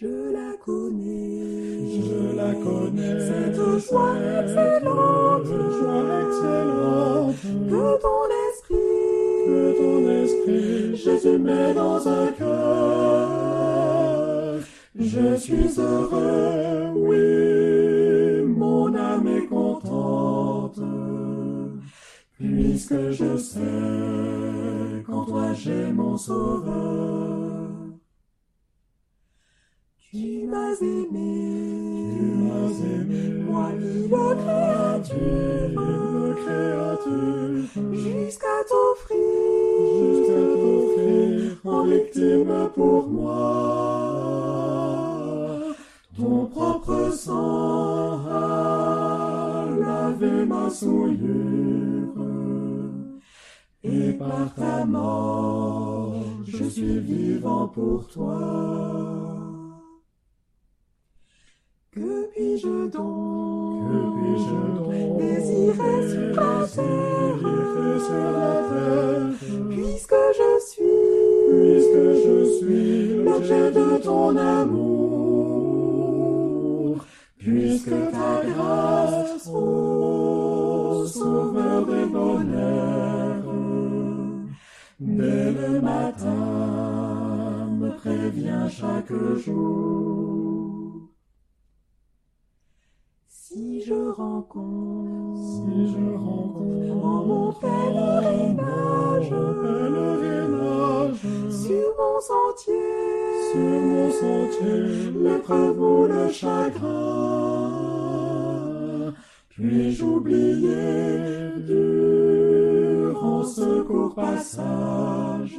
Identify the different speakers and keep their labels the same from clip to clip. Speaker 1: je la connais.
Speaker 2: Je la connais.
Speaker 1: Cette joie excellente.
Speaker 2: Cette joie excellente.
Speaker 1: Que ton esprit.
Speaker 2: Que ton esprit.
Speaker 1: Jésus met dans un cœur. Je suis heureux, oui, mon âme est contente, puisque je sais qu'en toi j'ai mon sauveur. Tu m'as aimé,
Speaker 2: Tu m'as aimé.
Speaker 1: moi vil créature,
Speaker 2: Vive créature.
Speaker 1: jusqu'à t'offrir
Speaker 2: Jusqu'à t'offrir
Speaker 1: en victime pour moi. Ton propre sang a lavé ma souillure. Et par ta mort, je suis vivant pour toi. Que puis-je donc
Speaker 2: Que puis-je donc
Speaker 1: désirer sur la
Speaker 2: désirer sur la terre,
Speaker 1: Puisque je suis
Speaker 2: Puisque je suis
Speaker 1: l'objet de ton amour, puisque ta grâce, ô Sauveur des bonheurs, dès le matin me prévient chaque jour. Si je rencontre,
Speaker 2: Si je rencontre
Speaker 1: en mon pèlerinage,
Speaker 2: mon pèlerinage,
Speaker 1: sur mon sentier,
Speaker 2: sur mon sentier,
Speaker 1: l'épreuve ou le chagrin. Puis-je oublier durant ce court passage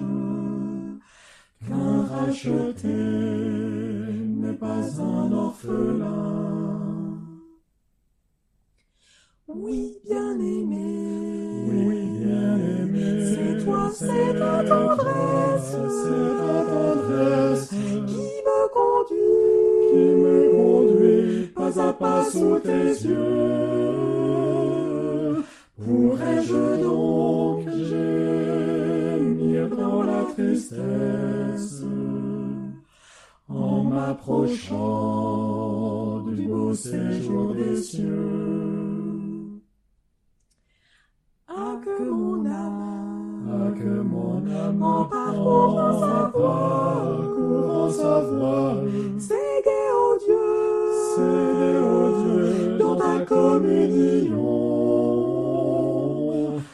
Speaker 1: qu'un racheté n'est pas un orphelin Oui, bien-aimé,
Speaker 2: Oui, bien-aimé,
Speaker 1: c'est toi, c'est ta tendresse,
Speaker 2: c'est ta tendresse
Speaker 1: qui
Speaker 2: qui
Speaker 1: me conduit
Speaker 2: me conduit
Speaker 1: pas à pas sous tes yeux. Pourrais-je donc gémir dans la tristesse en m'approchant du beau séjour des cieux? Ah, que mon
Speaker 2: Ah,
Speaker 1: âme,
Speaker 2: que mon âme
Speaker 1: En parcourant sa voie,
Speaker 2: courant sa voix,
Speaker 1: c'est gai au
Speaker 2: c'est
Speaker 1: Dieu.
Speaker 2: au Dieu
Speaker 1: dans ta communion.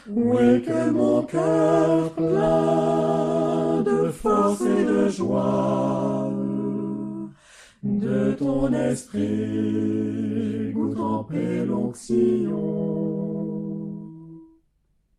Speaker 1: Oui, que mon cœur plein de force et de joie, de ton esprit, goûte en paix l'onction.